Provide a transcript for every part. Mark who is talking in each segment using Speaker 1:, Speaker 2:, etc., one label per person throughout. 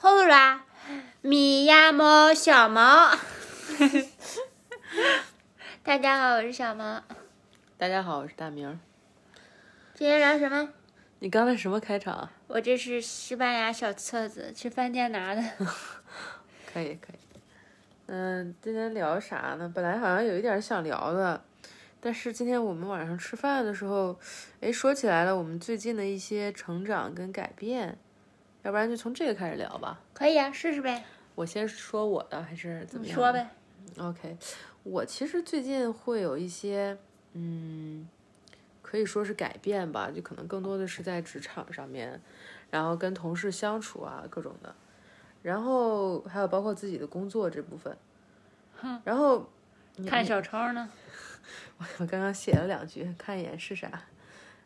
Speaker 1: 住啦！米亚猫小 毛，大家好，我是小毛。
Speaker 2: 大家好，我是大明儿。
Speaker 1: 今天聊什么？
Speaker 2: 你刚才什么开场啊？
Speaker 1: 我这是西班牙小册子，去饭店拿的。
Speaker 2: 可以可以。嗯，今天聊啥呢？本来好像有一点儿想聊的，但是今天我们晚上吃饭的时候，哎，说起来了，我们最近的一些成长跟改变，要不然就从这个开始聊吧。
Speaker 1: 可以啊，试试呗，
Speaker 2: 我先说我的，还是怎么
Speaker 1: 你
Speaker 2: 样？
Speaker 1: 说呗。
Speaker 2: OK，我其实最近会有一些，嗯，可以说是改变吧，就可能更多的是在职场上面，然后跟同事相处啊，各种的，然后还有包括自己的工作这部分。然后
Speaker 1: 看小抄呢，
Speaker 2: 我刚刚写了两句，看一眼是啥？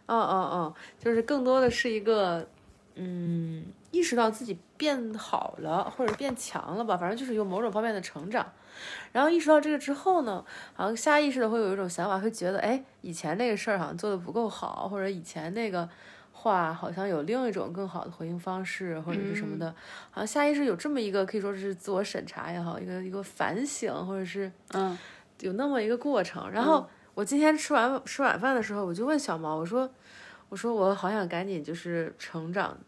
Speaker 2: 哦哦哦，就是更多的是一个，嗯，意识到自己变好了或者变强了吧，反正就是有某种方面的成长。然后意识到这个之后呢，好像下意识的会有一种想法，会觉得，哎，以前那个事儿好像做的不够好，或者以前那个话好像有另一种更好的回应方式，或者是什么的，好像下意识有这么一个可以说是自我审查也好，一个一个反省，或者是
Speaker 1: 嗯，
Speaker 2: 有那么一个过程。然后我今天吃完吃晚饭的时候，我就问小毛，我说，我说我好想赶紧就是成长，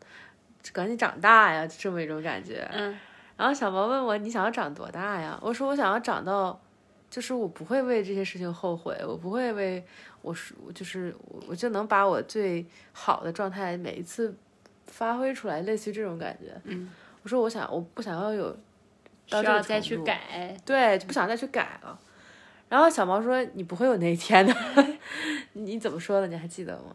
Speaker 2: 赶紧长大呀，这么一种感觉。
Speaker 1: 嗯。
Speaker 2: 然后小毛问我你想要长多大呀？我说我想要长到，就是我不会为这些事情后悔，我不会为我是我就是我我就能把我最好的状态每一次发挥出来，类似于这种感觉。嗯。我说我想我不想要有
Speaker 1: 需
Speaker 2: 到这个
Speaker 1: 要再去
Speaker 2: 程度
Speaker 1: 改。
Speaker 2: 对，就不想再去改了。然后小毛说：“你不会有那一天的。” 你怎么说的？你还记得吗？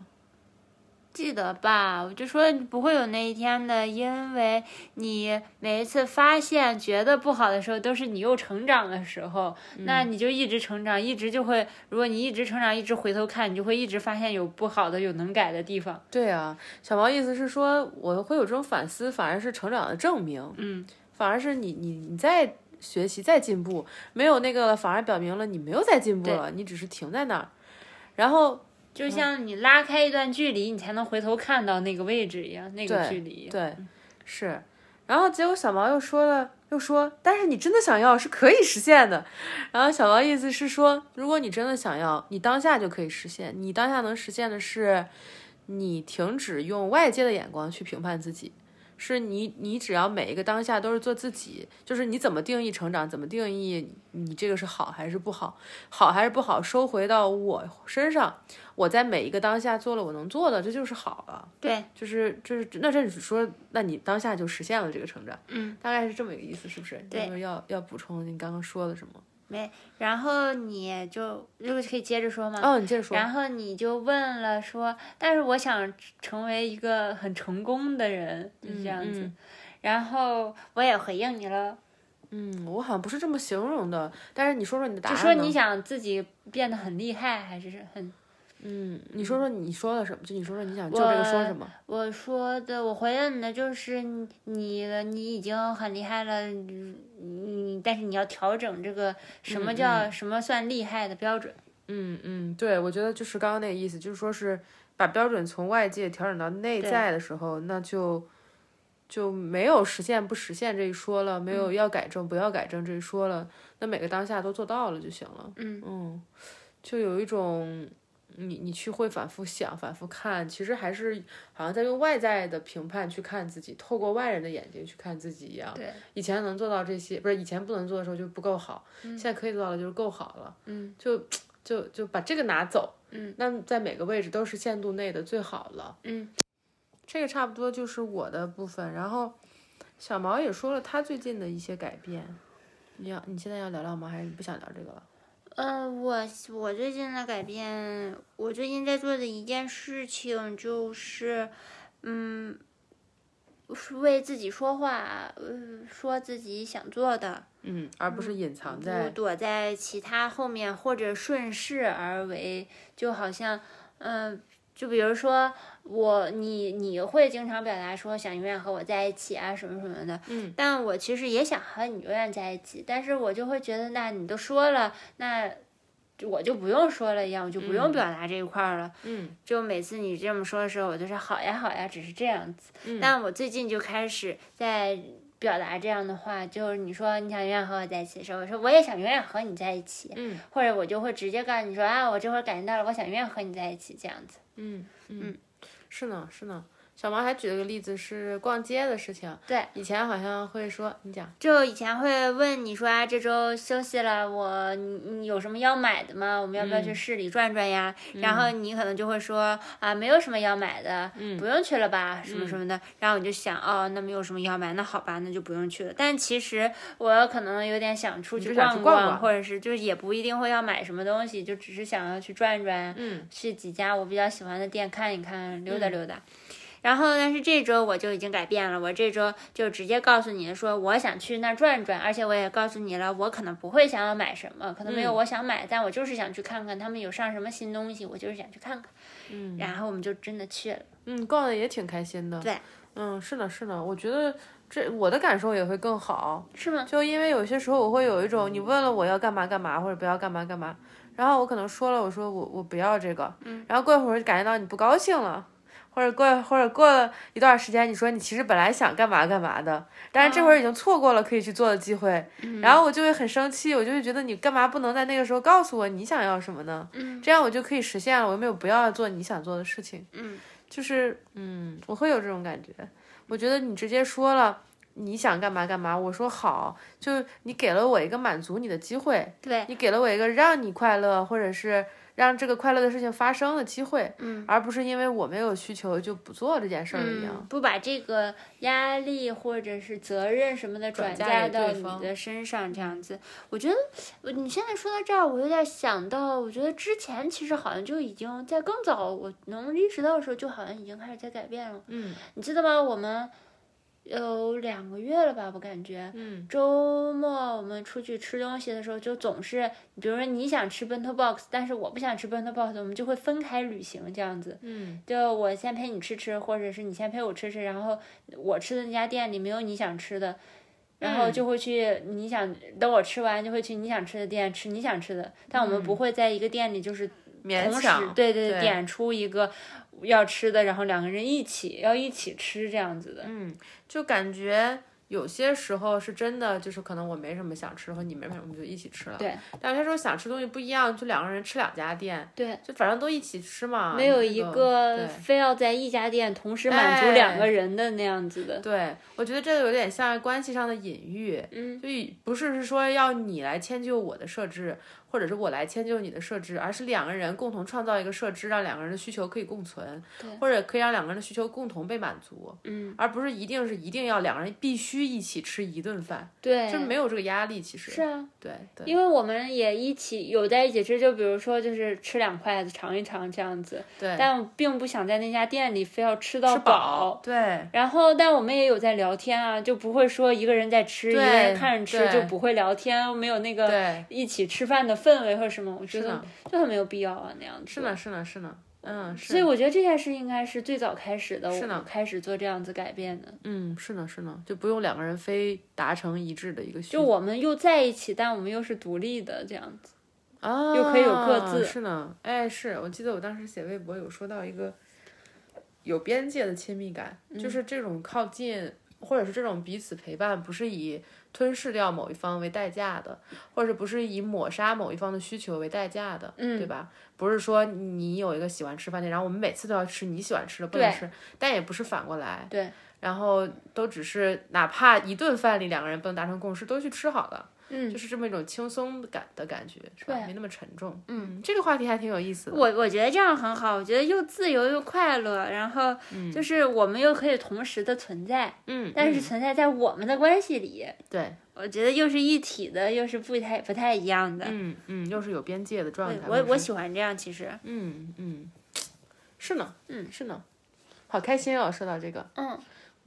Speaker 1: 记得吧？我就说你不会有那一天的，因为你每一次发现觉得不好的时候，都是你又成长的时候，那你就一直成长，一直就会，如果你一直成长，一直回头看，你就会一直发现有不好的，有能改的地方。
Speaker 2: 对啊，小毛意思是说，我会有这种反思，反而是成长的证明。
Speaker 1: 嗯，
Speaker 2: 反而是你你你在学习在进步，没有那个了，反而表明了你没有在进步了，你只是停在那儿。然后
Speaker 1: 就像你拉开一段距离，你才能回头看到那个位置一样，那个
Speaker 2: 对
Speaker 1: 距离一样。
Speaker 2: 对，是。然后结果小毛又说了，又说，但是你真的想要是可以实现的。然后小毛意思是说，如果你真的想要，你当下就可以实现。你当下能实现的是，你停止用外界的眼光去评判自己，是你你只要每一个当下都是做自己，就是你怎么定义成长，怎么定义你这个是好还是不好，好还是不好，收回到我身上，我在每一个当下做了我能做的，这就是好了。
Speaker 1: 对，
Speaker 2: 就是就是那这你说，那你当下就实现了这个成长，
Speaker 1: 嗯，
Speaker 2: 大概是这么一个意思，是不是？
Speaker 1: 对，
Speaker 2: 要要补充你刚刚说的什么？
Speaker 1: 没。然后你就就可以接着说吗？
Speaker 2: 哦，你接着说。
Speaker 1: 嗯然后你就问了说，但是我想成为一个很成功的人，就这样子。
Speaker 2: 嗯
Speaker 1: 然后我也回应你了，
Speaker 2: 嗯，我好像不是这么形容的，但是你说说你的答
Speaker 1: 就
Speaker 2: 案呢。
Speaker 1: 说你想自己变得很厉害，还是很……
Speaker 2: 嗯，你说说你说了什么？就你说说你想就这个说什么？
Speaker 1: 我说的，我回应你的就是你你你已经很厉害了，你但是你要调整这个什么叫、什么算厉害的标准。
Speaker 2: 嗯嗯，对，我觉得就是刚刚那个意思，就是说是把标准从外界调整到内
Speaker 1: 对
Speaker 2: 在的时候，那就就没有实现不实现这一说了，没
Speaker 1: 嗯
Speaker 2: 有要改正不要改正这一说了，那每个当下都做到了就行了。
Speaker 1: 嗯
Speaker 2: 嗯，就有一种你你去会反复想、反复看，其实还是好像在用外在的评判去看自己，透过外人的眼睛去看自己一样。
Speaker 1: 对，
Speaker 2: 以前能做到这些，不是以前不能做的时候就不够好，现在可以做到了就是够好了。
Speaker 1: 嗯，
Speaker 2: 就就就把这个拿走。
Speaker 1: 嗯，
Speaker 2: 那在每个位置都是限度内的最好了。
Speaker 1: 嗯，
Speaker 2: 这个差不多就是我的部分。然后小毛也说了他最近的一些改变。你要你现在要聊聊吗？还是你不想聊这个了？
Speaker 1: 呃，我我最近的改变，我最近在做的一件事情就是，嗯，是为自己说话，嗯、说自己想做的，
Speaker 2: 嗯，而不是隐藏
Speaker 1: 不
Speaker 2: 在
Speaker 1: 躲在其他后面或者顺势而为，就好像，嗯、就比如说我你你会经常表达说想永远和我在一起啊什么什么的，
Speaker 2: 嗯，
Speaker 1: 但我其实也想和你永远在一起，但是我就会觉得那你都说了，那我就不用说了一样，我就不用
Speaker 2: 嗯
Speaker 1: 表达这一块儿了。
Speaker 2: 嗯
Speaker 1: 就每次你这么说的时候，我就是好呀好呀，只是这样子。
Speaker 2: 嗯
Speaker 1: 但我最近就开始在表达这样的话，就是你说你想永远和我在一起的时候，我说我也想永远和你在一起，
Speaker 2: 嗯，
Speaker 1: 或者我就会直接告诉你说啊，我这会儿感觉到了，我想永远和你在一起这样子。
Speaker 2: 嗯嗯，是呢是呢。小毛还举了个例子是逛街的事情，
Speaker 1: 对，
Speaker 2: 以前好像会说你讲，
Speaker 1: 就以前会问你说啊，这周休息了，我你你有什么要买的吗？我们要不要
Speaker 2: 嗯
Speaker 1: 去市里转转呀？然后你可能就会说啊，没有什么要买的，
Speaker 2: 嗯
Speaker 1: 不用去了吧，什么什么的。然后我就想哦，那没有什么要买，那好吧，那就不用去了。但其实我可能有点想出去
Speaker 2: 就想
Speaker 1: 逛
Speaker 2: 去
Speaker 1: 逛，
Speaker 2: 逛逛
Speaker 1: 或者是就是也不一定会要买什么东西，就只是想要去转转，
Speaker 2: 嗯，
Speaker 1: 去几家我比较喜欢的店看一看，溜达溜达。然后，但是这周我就已经改变了，我这周就直接告诉你说我想去那儿转转，而且我也告诉你了，我可能不会想要买什么，可能没有我想买，但我就是想去看看他们有上什么新东西，我就是想去看看。嗯，然后我们就真的去了。
Speaker 2: 嗯，逛的也挺开心的。
Speaker 1: 对，
Speaker 2: 嗯，是的，是的，我觉得这我的感受也会更好，
Speaker 1: 是吗？
Speaker 2: 就因为有些时候我会有一种，你问了我要干嘛干嘛或者不要干嘛干嘛，然后我可能说了，我说我我不要这个，
Speaker 1: 嗯
Speaker 2: 然后过一会儿就感觉到你不高兴了。或者过或者过了一段时间，你说你其实本来想干嘛干嘛的，但是这会儿已经错过了可以去做的机会，
Speaker 1: 嗯
Speaker 2: 然后我就会很生气，我就会觉得你干嘛不能在那个时候告诉我你想要什么呢？这样我就可以实现了，我又没有不要做你想做的事情。
Speaker 1: 嗯，
Speaker 2: 就是嗯，我会有这种感觉。我觉得你直接说了你想干嘛干嘛，我说好，就你给了我一个满足你的机会，
Speaker 1: 对，
Speaker 2: 你给了我一个让你快乐，或者是让这个快乐的事情发生的机会，
Speaker 1: 嗯，
Speaker 2: 而不是因为我没有需求就不做这件事儿一样。
Speaker 1: 嗯，不把这个压力或者是责任什么的转嫁
Speaker 2: 转嫁
Speaker 1: 到
Speaker 2: 给
Speaker 1: 你
Speaker 2: 对方
Speaker 1: 的身上，这样子，我觉得我你现在说到这儿，我有点想到，我觉得之前其实好像就已经在更早我能意识到的时候，就好像已经开始在改变了。
Speaker 2: 嗯
Speaker 1: 你记得吗？我们有两个月了吧，我感觉，
Speaker 2: 嗯
Speaker 1: 周末我们出去吃东西的时候，就总是，比如说你想吃 bento box，但是我不想吃 bento box，我们就会分开旅行这样子。
Speaker 2: 嗯
Speaker 1: 就我先陪你吃吃，或者是你先陪我吃吃，然后我吃的那家店里没有你想吃的，然
Speaker 2: 嗯
Speaker 1: 后就会去你想等我吃完就会去你想吃的店吃你想吃的，但
Speaker 2: 嗯
Speaker 1: 我们不会在一个店里就是
Speaker 2: 勉
Speaker 1: 同时
Speaker 2: 强
Speaker 1: 对对
Speaker 2: 对
Speaker 1: 点出一个要吃的，然后两个人一起要一起吃这样子的。
Speaker 2: 嗯，就感觉。有些时候是真的，就是可能我没什么想吃，和你没什么，我们就一起吃了。
Speaker 1: 对，
Speaker 2: 但有些时候想吃东西不一样，就两个人吃两家店，
Speaker 1: 对，
Speaker 2: 就反正都一起吃嘛。
Speaker 1: 没有
Speaker 2: 这
Speaker 1: 一个
Speaker 2: 对
Speaker 1: 非要在一家店同时满足两个人的那样子 的。
Speaker 2: 对，我觉得这有点像关系上的隐喻，
Speaker 1: 嗯，
Speaker 2: 就以不是是说要你来迁就我的设置，或者是我来迁就你的设置，而是两个人共同创造一个设置，让两个人的需求可以共存
Speaker 1: 对，
Speaker 2: 或者可以让两个人的需求共同被满足，
Speaker 1: 嗯，
Speaker 2: 而不是一定是一定要两个人必须一起吃一顿饭，
Speaker 1: 对，
Speaker 2: 就是没有这个压力，其实
Speaker 1: 是啊，
Speaker 2: 对对，
Speaker 1: 因为我们也一起有在一起吃，就比如说就是吃两筷子尝一尝这样子，
Speaker 2: 对
Speaker 1: 但我并不想在那家店里非要吃到哦
Speaker 2: 吃饱，对。
Speaker 1: 然后，但我们也有在聊天啊，就不会说一个人在吃，一
Speaker 2: 对
Speaker 1: 个人看着吃
Speaker 2: 对
Speaker 1: 就不会聊天，没有那个
Speaker 2: 对，
Speaker 1: 一起吃饭的氛围或什么，我觉
Speaker 2: 是啊
Speaker 1: 得
Speaker 2: 呢
Speaker 1: 就很没有必要啊那样子。
Speaker 2: 是呢，是呢，是呢，嗯，是
Speaker 1: 所以我觉得这件事应该是最早开始的，
Speaker 2: 是呢
Speaker 1: 我开始做这样子改变的。
Speaker 2: 嗯，是呢，是呢，就不用两个人非达成一致的一个需
Speaker 1: 就我们又在一起，但我们又是独立的这样子。
Speaker 2: 啊，
Speaker 1: 又可以有各自
Speaker 2: 是呢，哎，是我记得我当时写微博有说到一个有边界的亲密感，就是这种靠近。或者是这种彼此陪伴，不是以吞噬掉某一方为代价的，或者不是以抹杀某一方的需求为代价的，
Speaker 1: 嗯
Speaker 2: 对吧？不是说你有一个喜欢吃饭店，然后我们每次都要吃你喜欢吃的，不能
Speaker 1: 对
Speaker 2: 吃，但也不是反过来，
Speaker 1: 对。
Speaker 2: 然后都只是哪怕一顿饭里两个人不能达成共识，都去吃好了，
Speaker 1: 嗯，
Speaker 2: 就是这么一种轻松感的感觉，是吧？
Speaker 1: 对
Speaker 2: 没那么沉重。嗯，这个话题还挺有意思的。
Speaker 1: 我我觉得这样很好，我觉得又自由又快乐，然后就是我们又可以同时的存在，
Speaker 2: 嗯，
Speaker 1: 但是存在在我们的关系里，
Speaker 2: 对，
Speaker 1: 我觉得又是一体的，又是不太不太一样的。
Speaker 2: 嗯嗯，又是有边界的状
Speaker 1: 对
Speaker 2: 态。
Speaker 1: 我
Speaker 2: 本
Speaker 1: 我
Speaker 2: 身
Speaker 1: 喜欢这样，其实，
Speaker 2: 嗯嗯，是呢，
Speaker 1: 嗯
Speaker 2: 是呢，好开心哦！说到这个，
Speaker 1: 嗯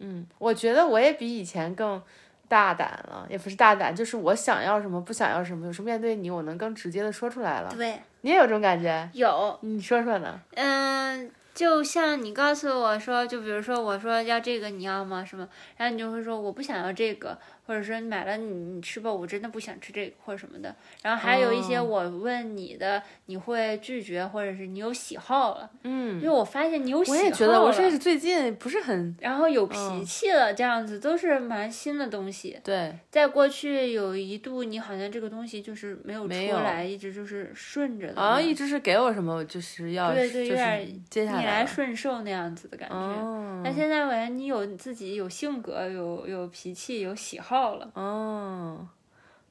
Speaker 2: 嗯，我觉得我也比以前更大胆了，也不是大胆，就是我想要什么，不想要什么，有时候面对你，我能更直接的说出来了。
Speaker 1: 对，
Speaker 2: 你也有这种感觉？
Speaker 1: 有，
Speaker 2: 你说说呢？
Speaker 1: 嗯，就像你告诉我说，就比如说我说要这个你要吗？什么，然后你就会说我不想要这个，或者说你买了你你吃吧，我真的不想吃这个或者什么的。然后还有一些
Speaker 2: 哦
Speaker 1: 我问你的，你会拒绝，或者是你有喜好了，因
Speaker 2: 嗯，
Speaker 1: 为我发现你有喜
Speaker 2: 我
Speaker 1: 好了，
Speaker 2: 也觉得，我嗯甚至最近不是很
Speaker 1: 然后有脾气了，这样子都是蛮新的东西。
Speaker 2: 对，
Speaker 1: 在过去有一度，你好像这个东西就是没有出
Speaker 2: 没有
Speaker 1: 来，一直就是顺着的
Speaker 2: 好像
Speaker 1: 那样
Speaker 2: 一直是给我什么，我就是要
Speaker 1: 对对
Speaker 2: 就
Speaker 1: 有点
Speaker 2: 是接下
Speaker 1: 逆来
Speaker 2: 来了
Speaker 1: 顺哎受那样子的感觉。
Speaker 2: 哦
Speaker 1: 但现在我感觉你有你自己有性格，有有脾气，有喜好了。
Speaker 2: 哦，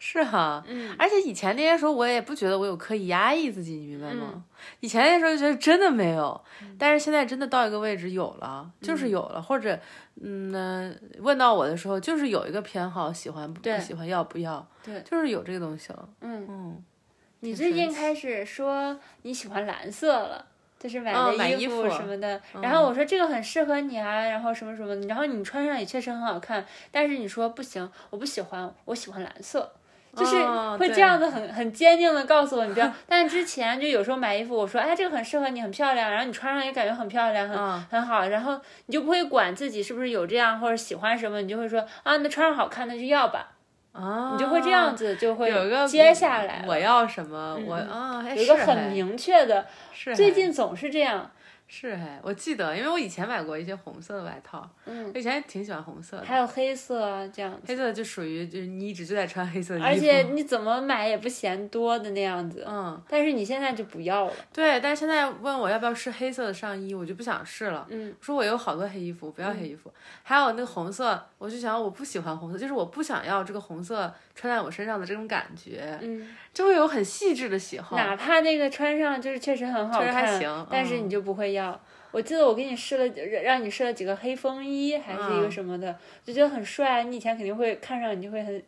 Speaker 2: 是哈。
Speaker 1: 嗯，
Speaker 2: 而且以前那些时候，我也不觉得我有刻意压抑自己，你明白吗？
Speaker 1: 嗯
Speaker 2: 以前那时候就觉得真的没有，但是现在真的到一个位置有了，
Speaker 1: 嗯
Speaker 2: 就是有了，或者嗯、呃问到我的时候，就是有一个偏好，喜欢不
Speaker 1: 对
Speaker 2: 喜欢，要不要，
Speaker 1: 对
Speaker 2: 就是有这个东西了。
Speaker 1: 嗯，
Speaker 2: 嗯，
Speaker 1: 你
Speaker 2: 挺
Speaker 1: 最
Speaker 2: 神
Speaker 1: 近
Speaker 2: 奇
Speaker 1: 开始说你喜欢蓝色了。就是买
Speaker 2: 哦
Speaker 1: 的
Speaker 2: 买衣
Speaker 1: 服
Speaker 2: 服嗯
Speaker 1: 什么的，然后我说这个很适合你啊，然后什么什么，然后你穿上也确实很好看，但是你说不行，我不喜欢，我喜欢蓝色，就是
Speaker 2: 哦
Speaker 1: 会
Speaker 2: 对
Speaker 1: 这样子很很坚定的告诉我，你知道。但是之前就有时候买衣服，我说哎这个很适合你，很漂亮，然后你穿上也感觉很漂亮，很、
Speaker 2: 嗯
Speaker 1: 很好，然后你就不会管自己是不是有这样或者喜欢什么，你就会说啊那穿上好看那就要吧，
Speaker 2: 啊，
Speaker 1: 你就会这样子就会
Speaker 2: 有一个
Speaker 1: 接下来
Speaker 2: 我
Speaker 1: 了
Speaker 2: 要什么，我啊，还
Speaker 1: 有一个
Speaker 2: 是
Speaker 1: 很
Speaker 2: 还
Speaker 1: 明确的，
Speaker 2: 是
Speaker 1: 最
Speaker 2: 还
Speaker 1: 近总是这样，
Speaker 2: 是还，我记得，因为我以前买过一些红色的外套，
Speaker 1: 嗯，
Speaker 2: 我以前挺喜欢红色的，
Speaker 1: 还有黑色啊这样子，
Speaker 2: 黑色的就属于就是你一直就在穿黑色的衣服，
Speaker 1: 而且你怎么买也不嫌多的那样子，
Speaker 2: 嗯，
Speaker 1: 但是你现在就不要了，
Speaker 2: 对，但是现在问我要不要试黑色的上衣，我就不想试了。
Speaker 1: 嗯，
Speaker 2: 我说我有好多黑衣服，不要黑衣服。还有那个红色，我就想我不喜欢红色，就是我不想要这个红色穿在我身上的这种感觉，
Speaker 1: 嗯，
Speaker 2: 就会有很细致的喜好。
Speaker 1: 哪怕那个穿上就是确实很好
Speaker 2: 确实
Speaker 1: 看，
Speaker 2: 还行
Speaker 1: 但是
Speaker 2: 嗯
Speaker 1: 你就不会要。我记得我给你试了，让让你试了几个黑风衣还是一个
Speaker 2: 嗯
Speaker 1: 什么的，就觉得很帅。你以前肯定会看上，你就会很，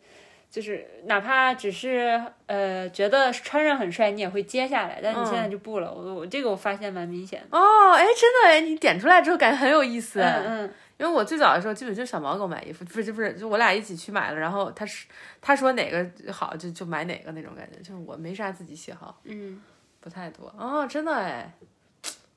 Speaker 1: 就是哪怕只是呃觉得穿上很帅，你也会接下来。但你现在
Speaker 2: 嗯
Speaker 1: 就不了，我我这个我发现蛮明显的。
Speaker 2: 哦，哎，真的哎，你点出来之后感觉很有意思。
Speaker 1: 嗯嗯，
Speaker 2: 因为我最早的时候基本就是小毛给我买衣服，不是就不是，就我俩一起去买了，然后他是他说哪个好就就买哪个那种感觉，就是我没啥自己喜好。
Speaker 1: 嗯
Speaker 2: 不太多哦，真的哎，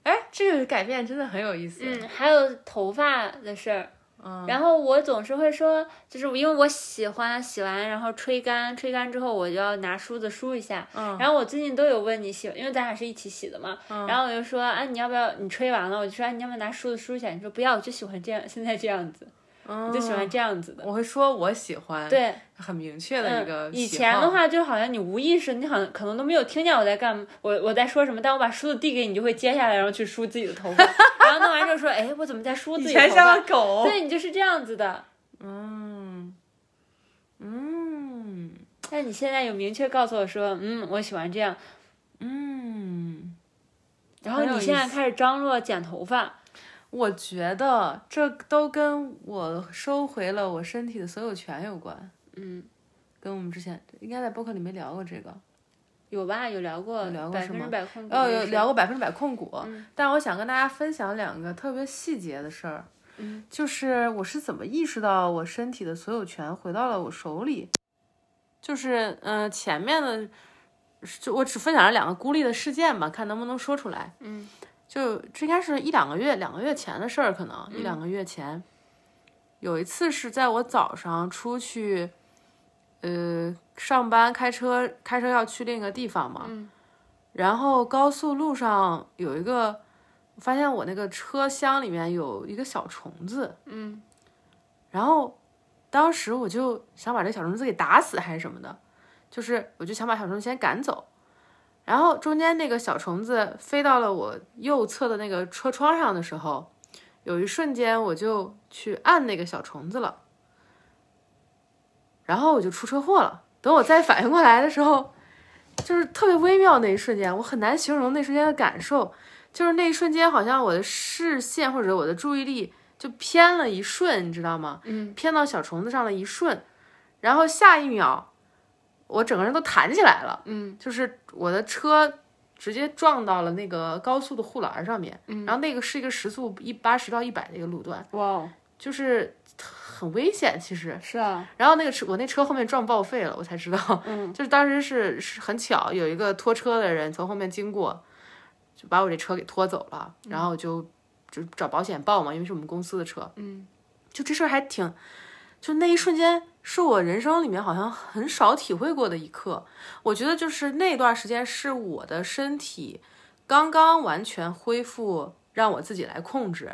Speaker 2: 哎，这个改变真的很有意思。
Speaker 1: 嗯，还有头发的事儿。
Speaker 2: 嗯
Speaker 1: 然后我总是会说，就是因为我喜欢洗完，然后吹干，吹干之后我就要拿梳子梳一下。
Speaker 2: 嗯
Speaker 1: 然后我最近都有问你洗，因为咱俩是一起洗的嘛。然后我就说啊，你要不要？你吹完了，我就说、啊、你要不要拿梳子梳一下？你说不要，我就喜欢这样，现在这样子，
Speaker 2: 嗯
Speaker 1: 我就喜欢这样子的。
Speaker 2: 我会说我喜欢，，
Speaker 1: 对，
Speaker 2: 很明确的一个
Speaker 1: 嗯，以
Speaker 2: 喜
Speaker 1: 前的
Speaker 2: 好，
Speaker 1: 话就好像你无意识，你好像可能都没有听见我在干嘛，我我在说什么，但我把梳子递给你，你就会接下来，然后去梳自己的头发， 然后弄完之后说，哎，我怎么在梳自
Speaker 2: 以
Speaker 1: 己的
Speaker 2: 前
Speaker 1: 头
Speaker 2: 像
Speaker 1: 发？
Speaker 2: 个狗。
Speaker 1: 对你就是这样子的。
Speaker 2: 嗯嗯
Speaker 1: 但你现在有明确告诉我说，嗯，我喜欢这样。
Speaker 2: 嗯，
Speaker 1: 然后
Speaker 2: 很有
Speaker 1: 你现在
Speaker 2: 意思
Speaker 1: 开始张罗剪头发，
Speaker 2: 我觉得这都跟我收回了我身体的所有权有关，
Speaker 1: 嗯，
Speaker 2: 跟我们之前应该在播客里没聊过这个。
Speaker 1: 有吧？有聊过，
Speaker 2: 有聊过
Speaker 1: 百
Speaker 2: 是
Speaker 1: 分之
Speaker 2: 吗
Speaker 1: 百控股
Speaker 2: 哦，
Speaker 1: 这个
Speaker 2: 有
Speaker 1: 事
Speaker 2: 聊，过百分之百控股，
Speaker 1: 嗯
Speaker 2: 但我想跟大家分享两个特别细节的事儿，
Speaker 1: 嗯
Speaker 2: 就是我是怎么意识到我身体的所有权回到了我手里，就是嗯、呃前面的，就我只分享了两个孤立的事件吧，看能不能说出来。
Speaker 1: 嗯
Speaker 2: 就这应该是一两个月，两个月前的事儿，可能
Speaker 1: 嗯
Speaker 2: 一两个月前，有一次是在我早上出去，呃，上班开车，开车要去另一个地方嘛，
Speaker 1: 嗯
Speaker 2: 然后高速路上有一个，我发现我那个车厢里面有一个小虫子，
Speaker 1: 嗯
Speaker 2: 然后当时我就想把这小虫子给打死还是什么的，就是我就想把小虫子先赶走。然后中间那个小虫子飞到了我右侧的那个车窗上的时候，有一瞬间我就去按那个小虫子了，然后我就出车祸了。等我再反应过来的时候，就是特别微妙那一瞬间，我很难形容那瞬间的感受，就是那一瞬间好像我的视线或者我的注意力就偏了一瞬，你知道吗？
Speaker 1: 嗯
Speaker 2: 偏到小虫子上了一瞬，然后下一秒，我整个人都弹起来了，
Speaker 1: 嗯
Speaker 2: 就是我的车直接撞到了那个高速的护栏上面，
Speaker 1: 嗯
Speaker 2: 然后那个是一个时速一八十到一百的一个路段，
Speaker 1: 哇哦，
Speaker 2: 就是很危险其实。
Speaker 1: 是啊，
Speaker 2: 然后那个车，我那车后面撞报废了，我才知道，
Speaker 1: 嗯
Speaker 2: 就是当时是是很巧，有一个拖车的人从后面经过，就把我这车给拖走了，
Speaker 1: 嗯
Speaker 2: 然后我就就找保险报嘛，因为是我们公司的车，
Speaker 1: 嗯，
Speaker 2: 就这事儿还挺，就那一瞬间是我人生里面好像很少体会过的一刻。我觉得就是那段时间是我的身体刚刚完全恢复，让我自己来控制，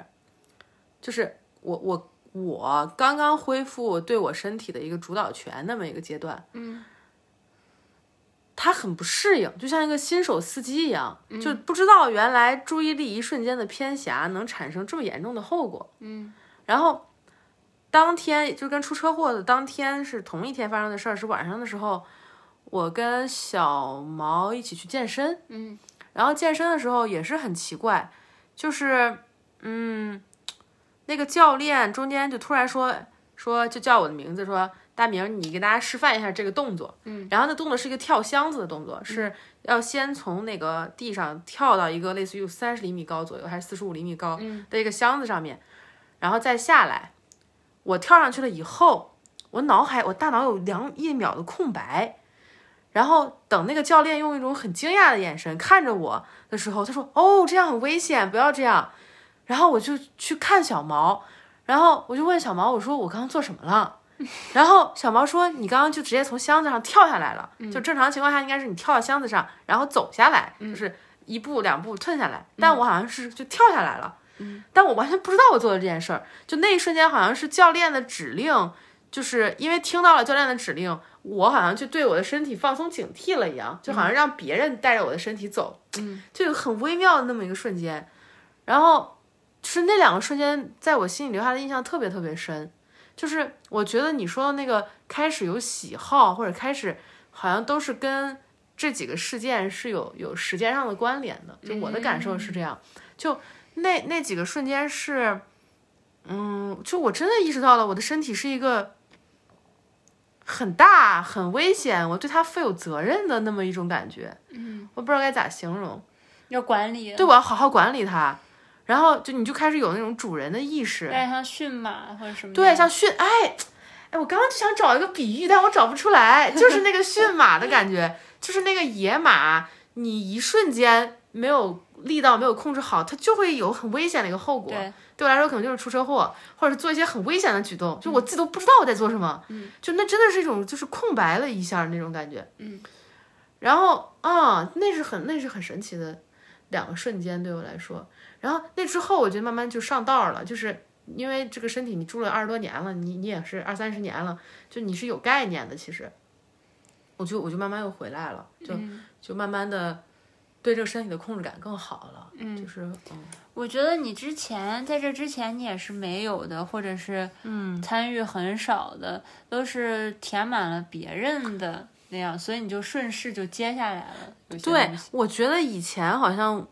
Speaker 2: 就是我我我刚刚恢复对我身体的一个主导权那么一个阶段，嗯。他很不适应，就像一个新手司机一样，就不知道原来注意力一瞬间的偏狭能产生这么严重的后果。然后当天就跟出车祸的当天是同一天发生的事儿，是晚上的时候，我跟小毛一起去健身，
Speaker 1: 嗯，
Speaker 2: 然后健身的时候也是很奇怪，就是嗯，那个教练中间就突然说说就叫我的名字说。大明，你给大家示范一下这个动作。嗯，然后那动作是一个跳箱子的动作，是要先从那个地上跳到一个类似于三十厘米高左右还是四十五厘米高的一个箱子上面，然后再下来。我跳上去了以后，我脑海我大脑有两一秒的空白，然后等那个教练用一种很惊讶的眼神看着我的时候，他说：“哦，这样很危险，不要这样。”然后我就去看小毛，然后我就问小毛：“我说我刚刚做什么了？”然后小毛说：“你刚刚就直接从箱子上跳下来了，就正常情况下应该是你跳到箱子上，然后走下来，就是一步两步退下来，但我好像是就跳下来了。”但我完全不知道我做的这件事儿。就那一瞬间，好像是教练的指令，就是因为听到了教练的指令，我好像就对我的身体放松警惕了一样，就好像让别人带着我的身体走，嗯，就有很微妙的那么一个瞬间。然后是那两个瞬间，在我心里留下的印象特别特别深。就是我觉得你说的那个开始有喜好，或者开始好像都是跟这几个事件是有有时间上的关联的。就我的感受是这样，就那那几个瞬间是，嗯，就我真的意识到了我的身体是一个很大、很危险，我对它负有责任的那么一种感觉。嗯，我不知道该咋形容。
Speaker 1: 要管理，
Speaker 2: 对，我要好好管理它。然后就你就开始有那种主人的意识，
Speaker 1: 有点像驯马或者啊什么。
Speaker 2: 对，，像驯，哎，哎，我刚刚就想找一个比喻，但我找不出来，就是那个驯马的感觉，就是那个野马，你一瞬间没有力道，没有控制好，它就会有很危险的一个后果。
Speaker 1: 对
Speaker 2: 我来说，可能就是出车祸，或者是做一些很危险的举动，
Speaker 1: 嗯
Speaker 2: 就我自己都不知道我在做什么。嗯，就那真的是一种就是空白了一下那种感觉。嗯，然后啊，那是很那是很神奇的两个瞬间对我来说。然后那之后，我觉得慢慢就上道了，就是因为这个身体你住了二十多年了，你你也是二三十年了，就你是有概念的。其实，我就我就慢慢又回来了，就、就慢慢的对这个身体的控制感更好了。嗯，就是嗯
Speaker 1: 我觉得你之前在这之前你也是没有的，或者是嗯参与很少的，都是填满了别人的那样，所以你就顺势就接下来了。有些
Speaker 2: 对
Speaker 1: 东西，
Speaker 2: 我觉得以前好像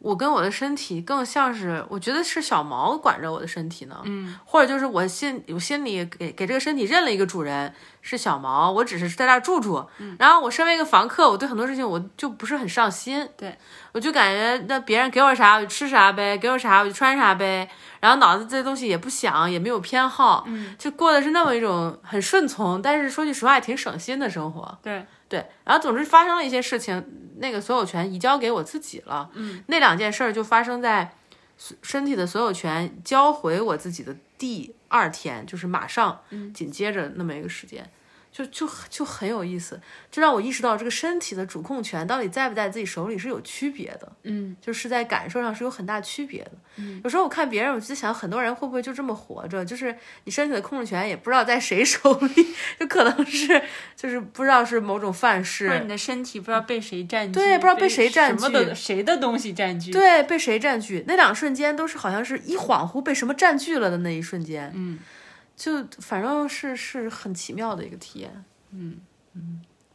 Speaker 2: 我跟我的身体更像是，我觉得是小毛管着我的身体呢，嗯，或者就是我心我心里给给这个身体认了一个主人是小毛，我只是在这儿住住，
Speaker 1: 嗯
Speaker 2: 然后我身为一个房客，我对很多事情我就不是很上心，
Speaker 1: 对，
Speaker 2: 我就感觉那别人给我啥我就吃啥呗，给我啥我就穿啥呗，然后脑子这些东西也不想，也没有偏好，嗯，就过的是那么一种很顺从，但是说句实话也挺省心的生活，
Speaker 1: 对，
Speaker 2: 对，然后总之发生了一些事情，那个所有权移交给我自己了。嗯，那两件事儿就发生在所身体的所有权交回我自己的第二天，就是马上紧接着那么一个时间，就就就很有意思，这让我意识到这个身体的主控权到底在不在自己手里是有区别的。
Speaker 1: 嗯，
Speaker 2: 就是在感受上是有很大区别的。有时候我看别人，我就想很多人会不会就这么活着，就是你身体的控制权也不知道在谁手里， 就可能是就是不知道是某种范
Speaker 1: 或者
Speaker 2: 式，
Speaker 1: 你的身体不知道被谁占据，
Speaker 2: 对不知道被谁占
Speaker 1: 什么的谁的东西占据。
Speaker 2: 对，被谁占据。那两瞬间都是好像是一恍惚被什么占据了的那一瞬间，
Speaker 1: 嗯，
Speaker 2: 就反正是是很奇妙的一个体验。